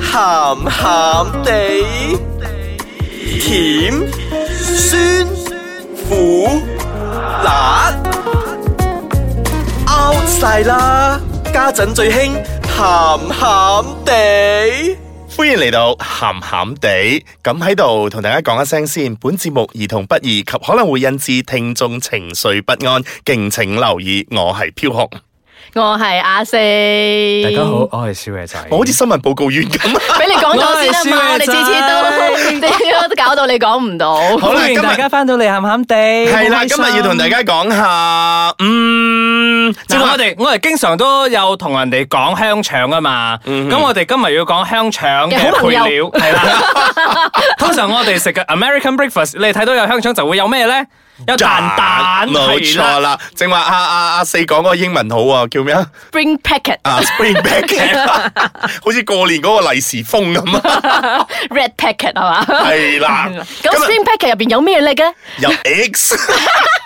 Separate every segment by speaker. Speaker 1: 鹹鹹地，甜酸苦辣 out 晒啦！家陣最興鹹鹹地。
Speaker 2: 歡迎嚟到咸咸地，咁喺度同大家講一聲先，本節目兒童不宜及可能會引致聽眾情緒不安，敬請留意。我係飄 紅，
Speaker 3: 我係阿四。
Speaker 4: 大
Speaker 3: 大
Speaker 4: 家好，我係小野仔。
Speaker 2: 我好似新聞報告員咁。
Speaker 3: 俾你講咗先啊嘛，
Speaker 4: 我
Speaker 3: 你
Speaker 4: 係
Speaker 3: 次
Speaker 4: 小
Speaker 3: 次都，你都搞到你講唔到。
Speaker 2: 好啦
Speaker 4: 歡迎
Speaker 2: 今日
Speaker 4: 大家翻到嚟咸咸地。
Speaker 2: 係啦，
Speaker 4: 好 開
Speaker 2: 今
Speaker 4: 心
Speaker 2: 日要同大。家講下，嗯，正
Speaker 4: 嗱，
Speaker 2: 話
Speaker 4: 我哋我哋經常都有同人哋講香腸啊嘛，咁我哋今日要講香腸嘅
Speaker 3: 嘅好朋友
Speaker 4: 配料係啦。通常我哋食嘅 American breakfast，你睇到有香腸就會有咩咧？有蛋蛋，
Speaker 2: 冇
Speaker 4: 係
Speaker 2: 錯
Speaker 4: 啦。
Speaker 2: 啦。正話阿阿阿啊四講嗰個英文好啊，叫咩啊？
Speaker 3: Spring packet,
Speaker 2: 啊，Spring Back，好似過年嗰個利是封咁 啊。
Speaker 3: red packet 係嘛？
Speaker 2: 係啦，
Speaker 3: 咁 spring packet 入邊有咩嚟嘅？
Speaker 2: 有 X。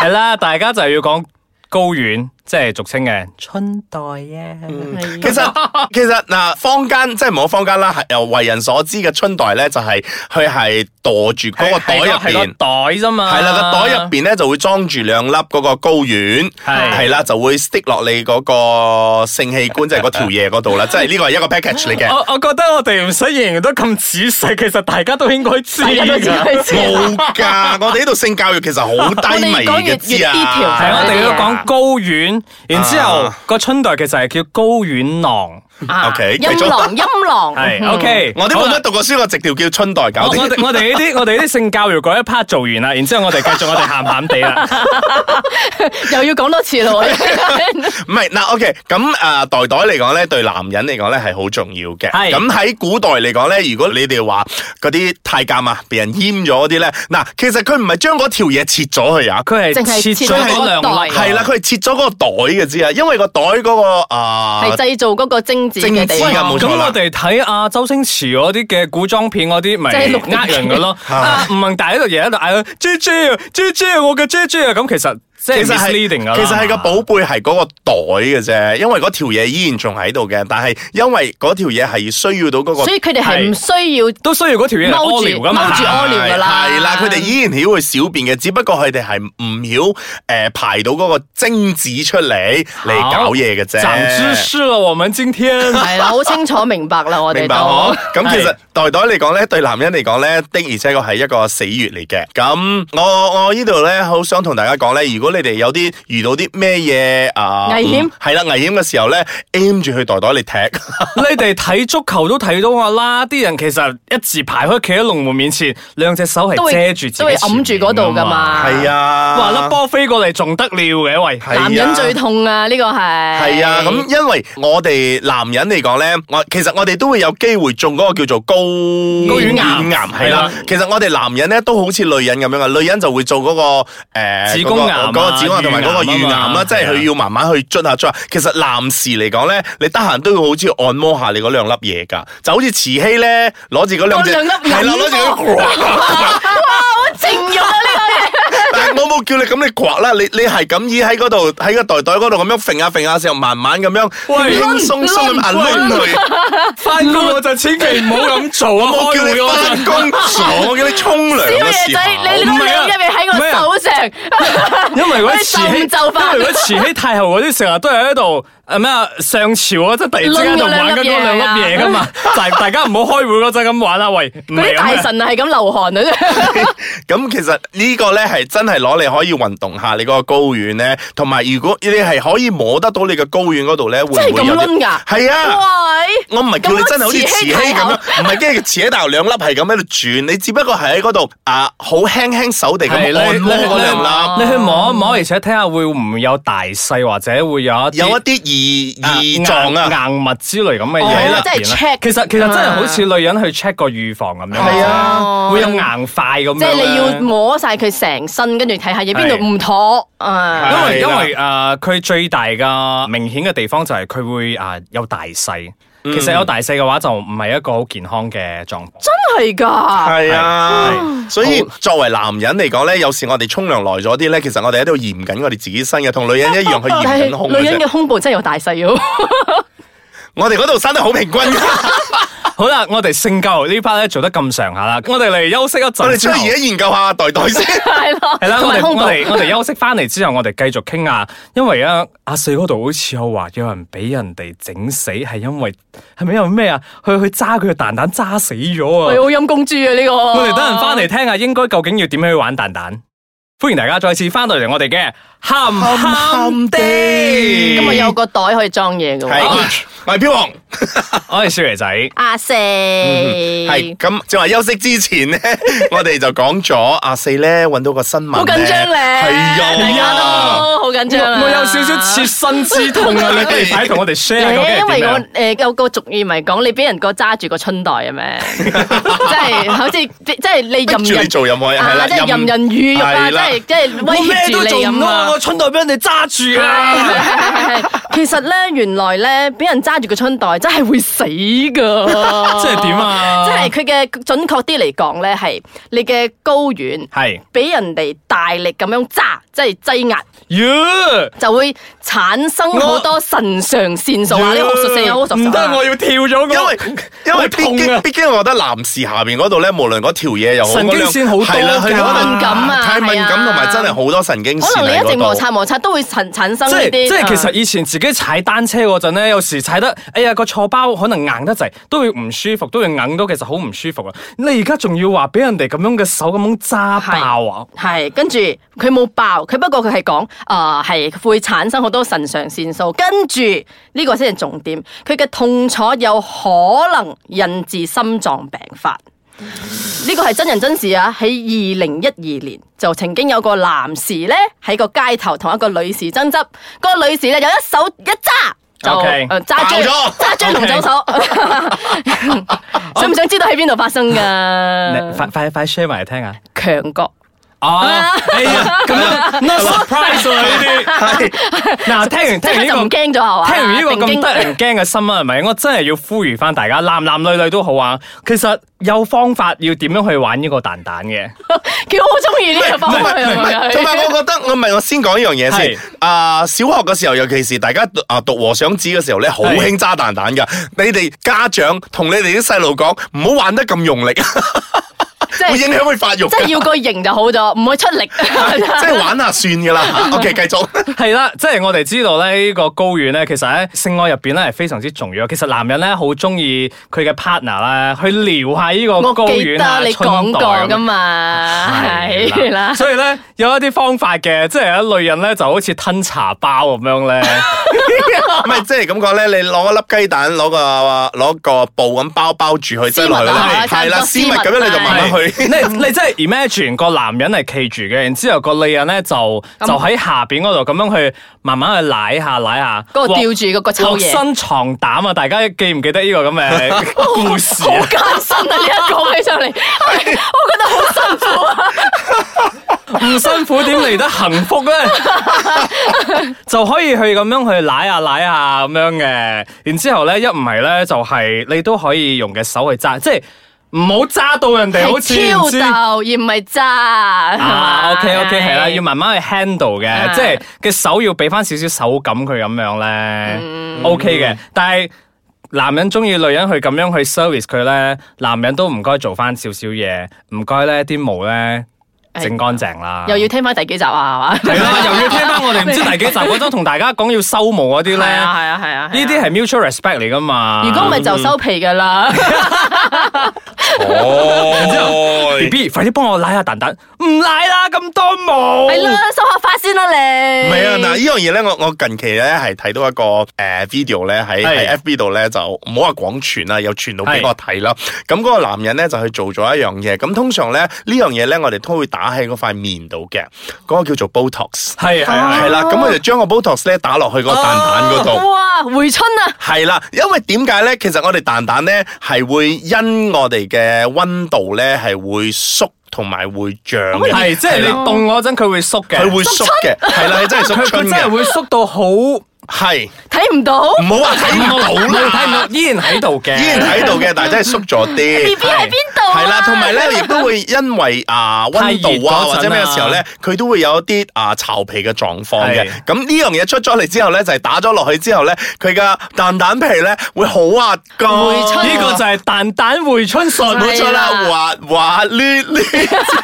Speaker 4: 係啦，大家就要講高原，即係俗稱嘅春代啊。
Speaker 2: 其實其實嗱，坊間即係唔好坊間啦，係由為人所知嘅春袋咧，就係佢係墮住嗰個袋入
Speaker 4: 係個
Speaker 2: 邊。
Speaker 4: 袋啫嘛。
Speaker 2: 係啦，個袋入邊咧就會裝住兩粒嗰個高丸，
Speaker 4: 係
Speaker 2: 係啦，就會 stick 落你嗰個性器官，即係嗰條嘢嗰度啦，即係呢個係一個 package 嚟 嘅。
Speaker 4: 我我覺得我哋唔使形容得咁仔細，其實大家都應該知
Speaker 3: 大家啊都知
Speaker 4: 㗎。
Speaker 3: 佢知啦。
Speaker 2: 冇㗎，我哋呢度性教育其實好低微
Speaker 3: 我
Speaker 2: 嘅，
Speaker 3: 哋越講越
Speaker 2: 知
Speaker 3: 越 detail
Speaker 4: 係
Speaker 2: 啊
Speaker 3: 係。
Speaker 4: 我哋要講高丸，然之後
Speaker 2: 啊
Speaker 4: 個春代其實係叫高丸囊。
Speaker 3: 啊
Speaker 2: OK，繼續
Speaker 3: 音浪音浪
Speaker 4: 係
Speaker 3: 嗯
Speaker 4: OK，
Speaker 2: 我哋
Speaker 4: 好
Speaker 2: 冇
Speaker 4: 啦
Speaker 2: 乜讀過書，我直條叫春袋
Speaker 4: 我
Speaker 2: 搞
Speaker 4: 我
Speaker 2: 掂。
Speaker 4: 哋我哋呢 啲我哋呢啲性教育嗰一 part 做完啦，然之後我哋繼續我哋鹹鹹地啦。
Speaker 3: 又要講多次咯。我 哋
Speaker 2: 唔係嗱，OK，咁誒、呃袋袋嚟講咧，對男人嚟講咧係好重要嘅。
Speaker 4: 係
Speaker 2: 咁喺古代嚟講咧，如果你哋話嗰啲太監啊，俾人閹咗嗰啲咧，嗱，其實佢唔係將嗰條嘢切咗佢啊，
Speaker 4: 佢
Speaker 3: 淨係
Speaker 4: 係切
Speaker 3: 切
Speaker 4: 咗
Speaker 3: 咗
Speaker 4: 嗰兩
Speaker 3: 個
Speaker 4: 粒，
Speaker 3: 袋
Speaker 2: 係啦，佢係切咗嗰個袋嘅啫啊，因為個袋嗰、個啊。
Speaker 3: 係製造嗰個精子嘅地
Speaker 2: 精子㗎
Speaker 3: 方
Speaker 2: 冇。錯
Speaker 4: 咁
Speaker 2: 啦
Speaker 4: 我哋睇阿周星馳嗰啲嘅古裝片嗰啲，咪
Speaker 3: 即係六
Speaker 4: 呃人 嘅咯。
Speaker 2: 嚇
Speaker 4: 啊，吳孟達喺度日日喺度嗌 J J 啊，J J 啊，我嘅 J J 啊，咁其實即係
Speaker 2: 其實
Speaker 4: misleading
Speaker 3: 啊
Speaker 2: 係，
Speaker 4: 㗎啦
Speaker 2: 其實係個寶貝係嗰個袋嘅啫，因為嗰條嘢依然仲喺度嘅，但係因為嗰條嘢係需要到嗰、個
Speaker 3: 所以佢哋係唔需要
Speaker 4: 都需要嗰條嘢嚟
Speaker 3: 踎
Speaker 4: 屙
Speaker 3: 住
Speaker 4: 尿㗎嘛。
Speaker 3: 踎住屙尿㗎啦
Speaker 2: 係啦，佢哋依然曉去小便嘅，只不過佢哋係唔曉誒排到嗰個精子出嚟嚟搞嘢嘅啫。
Speaker 4: 長知識啦，我們今天
Speaker 3: 係啦，好清楚明白啦，我哋
Speaker 2: 明白
Speaker 3: 都
Speaker 2: 嗬。咁其實袋袋嚟講咧，對男人嚟講咧，的而且確係一個死穴嚟嘅。咁我我呢度咧，好想同大家講咧，如果你哋有啲遇到啲咩嘢啊
Speaker 3: 危險
Speaker 2: 嗯係啦危險嘅時候咧，aim 住去袋袋嚟踢。
Speaker 4: 你哋睇足球都睇到我啦，啲人其實一字排開企喺龍門面前，兩隻手係
Speaker 3: 都會
Speaker 4: 遮住自己
Speaker 3: 都會揞住嗰度㗎
Speaker 2: 係啊，
Speaker 3: 嘛
Speaker 4: 前面㗎嘛。哇！粒波飛過嚟仲得了嘅喂，
Speaker 2: 係啊
Speaker 3: 男人最痛啊，呢個係
Speaker 2: 係啊，咁因為我哋男人嚟講咧，我其實我哋都會有機會中嗰個叫做高
Speaker 4: 高
Speaker 2: 丸
Speaker 4: 丸癌
Speaker 2: 係
Speaker 4: 係
Speaker 2: 啦
Speaker 4: 啦。
Speaker 2: 其實我哋男人咧都好似女人咁樣嘅，女人就會做嗰個誒
Speaker 4: 子宮癌
Speaker 2: 嗰
Speaker 4: 啊
Speaker 2: 個嗰個子宮癌同埋嗰個乳癌
Speaker 4: 乳癌
Speaker 2: 啦，
Speaker 4: 啊
Speaker 2: 即係佢要慢慢去捽下捽下。其實男士嚟講咧，你得閒都要好似按摩下你嗰兩粒嘢㗎，就好似慈禧咧攞住嗰兩隻
Speaker 3: 嗰兩粒
Speaker 2: 係啦，攞住嗰
Speaker 3: 銀
Speaker 4: 啊
Speaker 3: 情慾啊呢
Speaker 2: 但係我冇叫你咁，你刮啦，你你係咁依喺嗰度，喺個袋袋嗰度咁樣揈下揈下時候，慢慢咁樣
Speaker 4: 喂
Speaker 2: 輕鬆鬆咁揞佢。
Speaker 4: 翻工我就千祈唔好咁 做啊！
Speaker 2: 我叫你
Speaker 4: 開會我就
Speaker 2: 翻工咗，我叫你沖涼
Speaker 3: 個
Speaker 2: 嘅
Speaker 3: 嘢
Speaker 2: 時
Speaker 3: 仔，你
Speaker 2: 候。
Speaker 3: 你嗰兩嘢咪喺我手上，
Speaker 4: 因為嗰啲慈禧，
Speaker 3: 你就唔就範
Speaker 4: 因為嗰啲慈禧太后嗰啲成日都係喺度誒咩啊上朝嗰陣突然之間喺度玩緊嗰兩粒嘢 噶嘛，就係大家唔好開會嗰陣咁玩啦，喂，唔
Speaker 3: 嗰
Speaker 4: 係
Speaker 3: 啲大
Speaker 4: 咁嘅。
Speaker 3: 神啊係啊咁流汗啊啫。
Speaker 2: 咁其實呢個咧係真係攞嚟可以運動下你嗰個睾丸咧，同埋如果你係可以摸得到你嘅睾丸嗰度咧，會
Speaker 3: 真係
Speaker 2: 唔會
Speaker 3: 咁
Speaker 2: 有
Speaker 3: 攆
Speaker 2: 啲？
Speaker 3: 㗎
Speaker 2: 係啊。
Speaker 3: 喂，
Speaker 2: 我唔係叫你真係好似
Speaker 3: 咁
Speaker 2: 慈禧咁
Speaker 3: 太后
Speaker 2: 樣，唔係跟住慈禧大頭兩粒係咁喺度轉，你只不過係喺嗰度啊，好輕輕手地咁
Speaker 4: 係
Speaker 2: 按摩嗰兩粒。
Speaker 4: 你去摸一摸，而且睇下會唔會有大細或者會有一啲
Speaker 2: 有一啲異
Speaker 4: 啊
Speaker 2: 異狀啊，
Speaker 4: 硬硬物之類咁嘅
Speaker 3: 哦
Speaker 4: 嘢喺入邊啦啊
Speaker 3: 即係 check
Speaker 4: 其實其實真係
Speaker 3: 啊
Speaker 4: 好似女人去 check 個預防咁樣，
Speaker 2: 係啊
Speaker 3: 哦
Speaker 4: 會有硬塊咁樣。
Speaker 3: 即係你要。摸晒佢成身，跟住睇下有邊度唔妥啊。
Speaker 4: 因為
Speaker 2: 係
Speaker 4: 因
Speaker 2: 啦
Speaker 4: 為誒，呃佢、最大嘅明顯嘅地方就係佢會誒、呃有大細。
Speaker 3: 嗯
Speaker 4: 其實有大細嘅話就唔係一個好健康嘅狀況。
Speaker 3: 真係㗎，
Speaker 2: 係
Speaker 3: 哦
Speaker 2: 啊，所以作為男人嚟講咧，有時我哋沖涼耐咗啲咧，其實我哋喺度驗緊我哋自己身嘅，同女人一樣去驗
Speaker 3: 但
Speaker 2: 緊胸
Speaker 3: 係
Speaker 2: 嘅
Speaker 3: 女人
Speaker 2: 啫。
Speaker 3: 嘅胸部真係有大細喎。
Speaker 2: 啊 我哋嗰度生得好平均㗎，
Speaker 4: 好啦，我哋性教育呢 part 咧做得咁上下啦，我哋嚟休息一
Speaker 2: 我哋
Speaker 4: 陣
Speaker 2: 出
Speaker 4: 之
Speaker 2: 嚟
Speaker 4: 後
Speaker 2: 而。家研究下袋袋先。
Speaker 3: 係咯，
Speaker 4: 係啦，
Speaker 3: 同
Speaker 4: 我
Speaker 3: 埋
Speaker 4: 哋
Speaker 3: 空
Speaker 4: 我哋
Speaker 3: 洞
Speaker 4: 我哋休息翻嚟之後，我哋繼續傾下，因為啊阿四嗰度好似有話有人俾人哋整死，係因為係咪因為咩啊？佢去揸佢嘅蛋蛋揸死咗啊！
Speaker 3: 係好陰公豬啊呢個。
Speaker 4: 我哋等陣翻嚟聽下，應該究竟要點樣去玩蛋蛋？歡迎大家再次翻到嚟我哋嘅咸咸地，
Speaker 3: 咁啊有個袋可以裝嘢嘅喎。
Speaker 2: 係，我係飄紅。
Speaker 4: 我係少爺仔。
Speaker 3: 阿四，
Speaker 2: 系
Speaker 3: 係
Speaker 2: 咁，正話休息之前咧， 我哋就講咗阿四咧揾到個新聞呢，
Speaker 3: 好緊張咧，大
Speaker 2: 係
Speaker 3: 家都
Speaker 2: 啊，
Speaker 3: 好緊張啊
Speaker 4: 我有少少切身之痛啊！ 你哋快同我哋 share 究竟
Speaker 3: 因
Speaker 4: 係
Speaker 3: 為
Speaker 4: 點啊
Speaker 3: 我
Speaker 4: 樣？
Speaker 3: 誒有個俗語咪講，你俾人個揸住個春袋嘅咩？即係好似即係你任
Speaker 2: 逼住你
Speaker 3: 人
Speaker 2: 做任何嘢係啦，
Speaker 3: 啊，即係任人魚肉啊，
Speaker 2: 係
Speaker 3: 即
Speaker 2: 啦
Speaker 3: 係即係威脅住你咁啊！哎
Speaker 4: 春袋俾人哋揸住啊！
Speaker 3: 其實咧，原來咧，俾人揸住個春袋真係會死噶。即
Speaker 4: 即係點？啊？
Speaker 3: 即係佢嘅準確啲嚟講咧，係你嘅睾丸
Speaker 4: 係
Speaker 3: 俾人哋大力咁樣揸，即係擠壓，
Speaker 4: 哟，
Speaker 3: 就會產生好多腎上腺素啊！呢個學術性啊，好學術性
Speaker 4: 唔
Speaker 3: 啊
Speaker 4: 得，我要跳咗個，
Speaker 2: 因為因為
Speaker 4: 我
Speaker 2: 畢
Speaker 4: 痛
Speaker 2: 竟
Speaker 4: 啊！
Speaker 2: 畢竟，我覺得男士下邊嗰度咧，無論嗰條嘢又好，
Speaker 4: 神
Speaker 2: 嗰
Speaker 4: 經
Speaker 2: 兩
Speaker 4: 線好多
Speaker 2: 係啦，佢
Speaker 4: 㗎
Speaker 2: 可能
Speaker 3: 敏感啊
Speaker 2: 太敏感
Speaker 3: 係啊
Speaker 2: 同埋真係好多神經線
Speaker 3: 可能
Speaker 2: 喺
Speaker 3: 你一直
Speaker 2: 嗰
Speaker 3: 摩
Speaker 2: 度。
Speaker 3: 擦摩擦都會產產生
Speaker 4: 即
Speaker 3: 呢啲。
Speaker 4: 係即係，其實
Speaker 3: 啊
Speaker 4: 以前自己踩單車嗰陣咧，有時踩得，哎呀個坐包可能硬得滯，都會唔舒服，都會硬到，其實好唔舒服啊！你而家仲要話俾人哋咁樣嘅手咁樣揸爆啊！
Speaker 3: 係，跟住佢冇爆，佢不過佢係講，啊、係會產生好多腎上腺素，跟住呢、個先係重點，佢嘅痛楚有可能引致心臟病發。呢個係真人真事啊！喺二零一二年就曾經有個男士咧喺個街頭同一個女士爭執，個女士咧有一手一揸就
Speaker 4: OK，
Speaker 3: 呃揸
Speaker 2: 爆
Speaker 3: 住
Speaker 2: 咗
Speaker 3: 揸住龍
Speaker 4: OK
Speaker 3: 走手，想唔想知道喺邊度發生
Speaker 4: 你
Speaker 3: 㗎？
Speaker 4: 快快快 share 埋嚟聽下！
Speaker 3: 強國。
Speaker 4: 啊！哎呀，咁樣 no surprise 啊呢啲。嗱，聽完
Speaker 3: 即
Speaker 4: 聽
Speaker 3: 係就
Speaker 4: 完
Speaker 3: 唔
Speaker 4: 呢個。
Speaker 3: 驚咗係嘛？
Speaker 4: 聽完呢個
Speaker 3: 定
Speaker 4: 咁
Speaker 3: 驚
Speaker 4: 得人驚嘅新聞係咪？我真係要呼籲翻大家，男男女女都好啊。其實有方法要點樣去玩呢個蛋蛋 嘅。
Speaker 3: 佢啊好中意呢個方法
Speaker 2: 唔係同埋我覺得我唔係我先講一樣嘢先
Speaker 4: 係。
Speaker 2: 啊，小學嘅時候，尤其是大家啊讀和尚子嘅時候咧，好
Speaker 4: 係
Speaker 2: 興揸蛋蛋噶。你哋家長同你哋啲細路講，唔好玩得咁用力，
Speaker 3: 即
Speaker 2: 會
Speaker 3: 係
Speaker 2: 影響佢發育
Speaker 3: 即
Speaker 2: 㗎。
Speaker 3: 係要個型就好咗，唔會出力。
Speaker 2: 即係玩下算噶 啦。OK，繼續。
Speaker 4: 係啦，即係我哋知道咧，呢個高遠咧，其實喺性愛入邊咧係非常之重要。其實男人咧好中意佢嘅 partner 咧去撩下呢個
Speaker 3: 我
Speaker 4: 高
Speaker 3: 記
Speaker 4: 遠啊、
Speaker 3: 得你講
Speaker 4: 春袋
Speaker 3: 過
Speaker 4: 咁
Speaker 3: 噶嘛，係啦。
Speaker 4: 所以咧有一啲方法嘅，即係有一類人咧就好似吞茶包咁 樣 咧，
Speaker 2: 唔
Speaker 3: 哦
Speaker 2: 係，即係咁講咧，你攞一粒雞蛋，攞個攞個布咁包包住佢，擠落去
Speaker 3: 絲襪啊
Speaker 2: 啦，
Speaker 3: 差
Speaker 2: 係
Speaker 3: 唔多
Speaker 2: 啦，絲襪咁樣你就慢慢去。
Speaker 4: 你你真係 imagine 個男人係企住嘅，然之後個女人咧就就喺下邊嗰度咁樣去慢慢去舐下舐下，
Speaker 3: 嗰個吊住嗰個抽
Speaker 4: 落
Speaker 3: 嘢，
Speaker 4: 身床膽啊！大家記唔記得呢個咁 嘅故事
Speaker 3: 好
Speaker 4: 啊？
Speaker 3: 艱辛啊！呢一講起上嚟，我覺得好辛苦啊！
Speaker 4: 唔辛苦點嚟得幸福咧？ 就可以去咁樣去舐下舐下咁樣嘅，然之後咧一唔係咧就係、你都可以用嘅手去揸，即係唔好揸到人哋好似
Speaker 3: 係挑
Speaker 4: 唔知。
Speaker 3: 逗而唔係揸， 係嘛
Speaker 4: 啊，OK À,
Speaker 3: Vâng.
Speaker 4: OK，係啦，要慢慢去 handle 嘅，
Speaker 3: 啊
Speaker 4: 即係嘅手要俾翻少少手感佢咁樣咧，OK 嘅。但係男人中意女人去咁樣去 service 佢咧，男人都唔該做翻少少嘢，唔該咧啲毛咧整乾淨啦。
Speaker 3: 又要聽翻第幾集啊？係嘛？
Speaker 4: 係啦，又要聽翻我哋唔知第幾集嗰種同大家講要收毛嗰啲咧，
Speaker 3: 係啊
Speaker 4: 呢
Speaker 3: 係啊係啊！係啊
Speaker 4: 啲係 mutual respect 嚟噶嘛。
Speaker 3: 如果唔係就收皮噶啦。
Speaker 2: 哦
Speaker 4: B B，快啲幫我拉下蛋蛋，唔拉啦咁多毛。
Speaker 3: 係啦，梳下髮先啦你。
Speaker 2: 唔係啊，嗱呢樣嘢咧，我我近期咧係睇到一個誒、呃 video 咧喺
Speaker 4: 係
Speaker 2: 喺 FB 度咧就唔好話廣傳啦，有傳到俾
Speaker 4: 係
Speaker 2: 我睇啦。咁嗰個男人咧就去做咗一樣嘢，咁通常咧呢樣嘢咧我哋都會打喺嗰塊面度嘅，嗰、個叫做 Botox，
Speaker 3: 哦
Speaker 4: 係係係。
Speaker 2: 係啦，咁我就將個 Botox 咧打落去個蛋蛋嗰度。
Speaker 3: 哇，回春啊！
Speaker 2: 系啦，因為點解咧？其實我哋蛋蛋咧係會因我哋嘅温度咧係會縮同埋會漲嘅，
Speaker 4: 係，即係你凍嗰陣佢會縮嘅，
Speaker 2: 佢會縮嘅，係啦，佢真係縮
Speaker 4: 佢
Speaker 2: 春
Speaker 4: 真係
Speaker 2: 嘅。
Speaker 4: 會縮到好
Speaker 2: 係
Speaker 3: 睇唔到
Speaker 2: 唔好話睇唔到
Speaker 4: 冇睇唔
Speaker 2: 啦
Speaker 4: 到，，依然喺度嘅，
Speaker 2: 依然喺度嘅，但係真係縮咗啲。
Speaker 3: ，B B 喺邊度啊？
Speaker 2: 係啦，同埋咧，亦都會因為啊
Speaker 4: 太
Speaker 2: 温
Speaker 4: 熱
Speaker 2: 度啊
Speaker 4: 嗰陣啊
Speaker 2: 或者咩時候咧，佢都會有一啲啊巢皮嘅狀況嘅。
Speaker 4: 係
Speaker 2: 咁呢樣嘢出咗嚟之後咧，就係打咗落去之後咧，佢嘅蛋蛋皮咧會好滑噶。
Speaker 3: 會出
Speaker 4: 呢個就係蛋蛋回春術。
Speaker 2: 冇錯啦，
Speaker 3: 係啊
Speaker 2: 滑滑捋捋。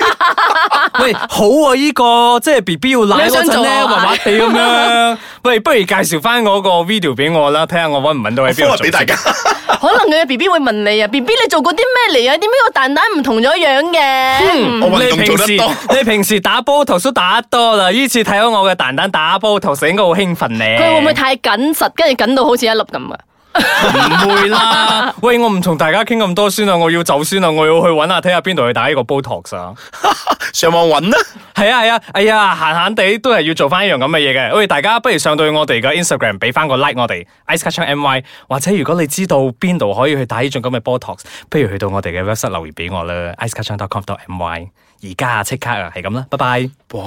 Speaker 4: 喂，好啊！依、個即係 B B 要奶嗰陣咧，
Speaker 3: 你想做啊
Speaker 4: 滑滑地咁 樣。喂，不如介紹翻我個 video 俾我啦，睇下我揾唔揾到喺邊度
Speaker 2: 科
Speaker 4: 做
Speaker 2: 俾大家。
Speaker 3: 可能佢嘅 B B 會問你啊，B B 你做過啲咩嚟啊？點解個蛋蛋唔同咗樣嘅？
Speaker 2: 我運動
Speaker 4: 嗯你平
Speaker 2: 做得
Speaker 4: 時
Speaker 2: 多。
Speaker 4: 你平時打波投訴打得多啦，呢次睇到我嘅蛋蛋打波投訴應該好興奮咧。
Speaker 3: 嗯佢會唔會太緊實，跟住緊到好似一粒咁啊？
Speaker 4: 唔會啦。喂，我唔同大家傾咁多先啦，我要走先啦，我要去揾下睇下邊度去打呢個 Botox 啊。
Speaker 2: 上網揾啦，
Speaker 4: 係啊係啊，哎呀，閒閒地都係要做翻一樣咁嘅嘢嘅。喂，大家不如上到我哋嘅 Instagram 俾翻個 like 我哋 Ice c a t c h n My，或者如果你知道邊度可以去打呢種咁嘅 Botox，不如去到我哋嘅 website 留言俾我啦，ice c a t c h n c o m m y 而家啊，即刻啊，係咁啦，拜拜。
Speaker 2: 拜。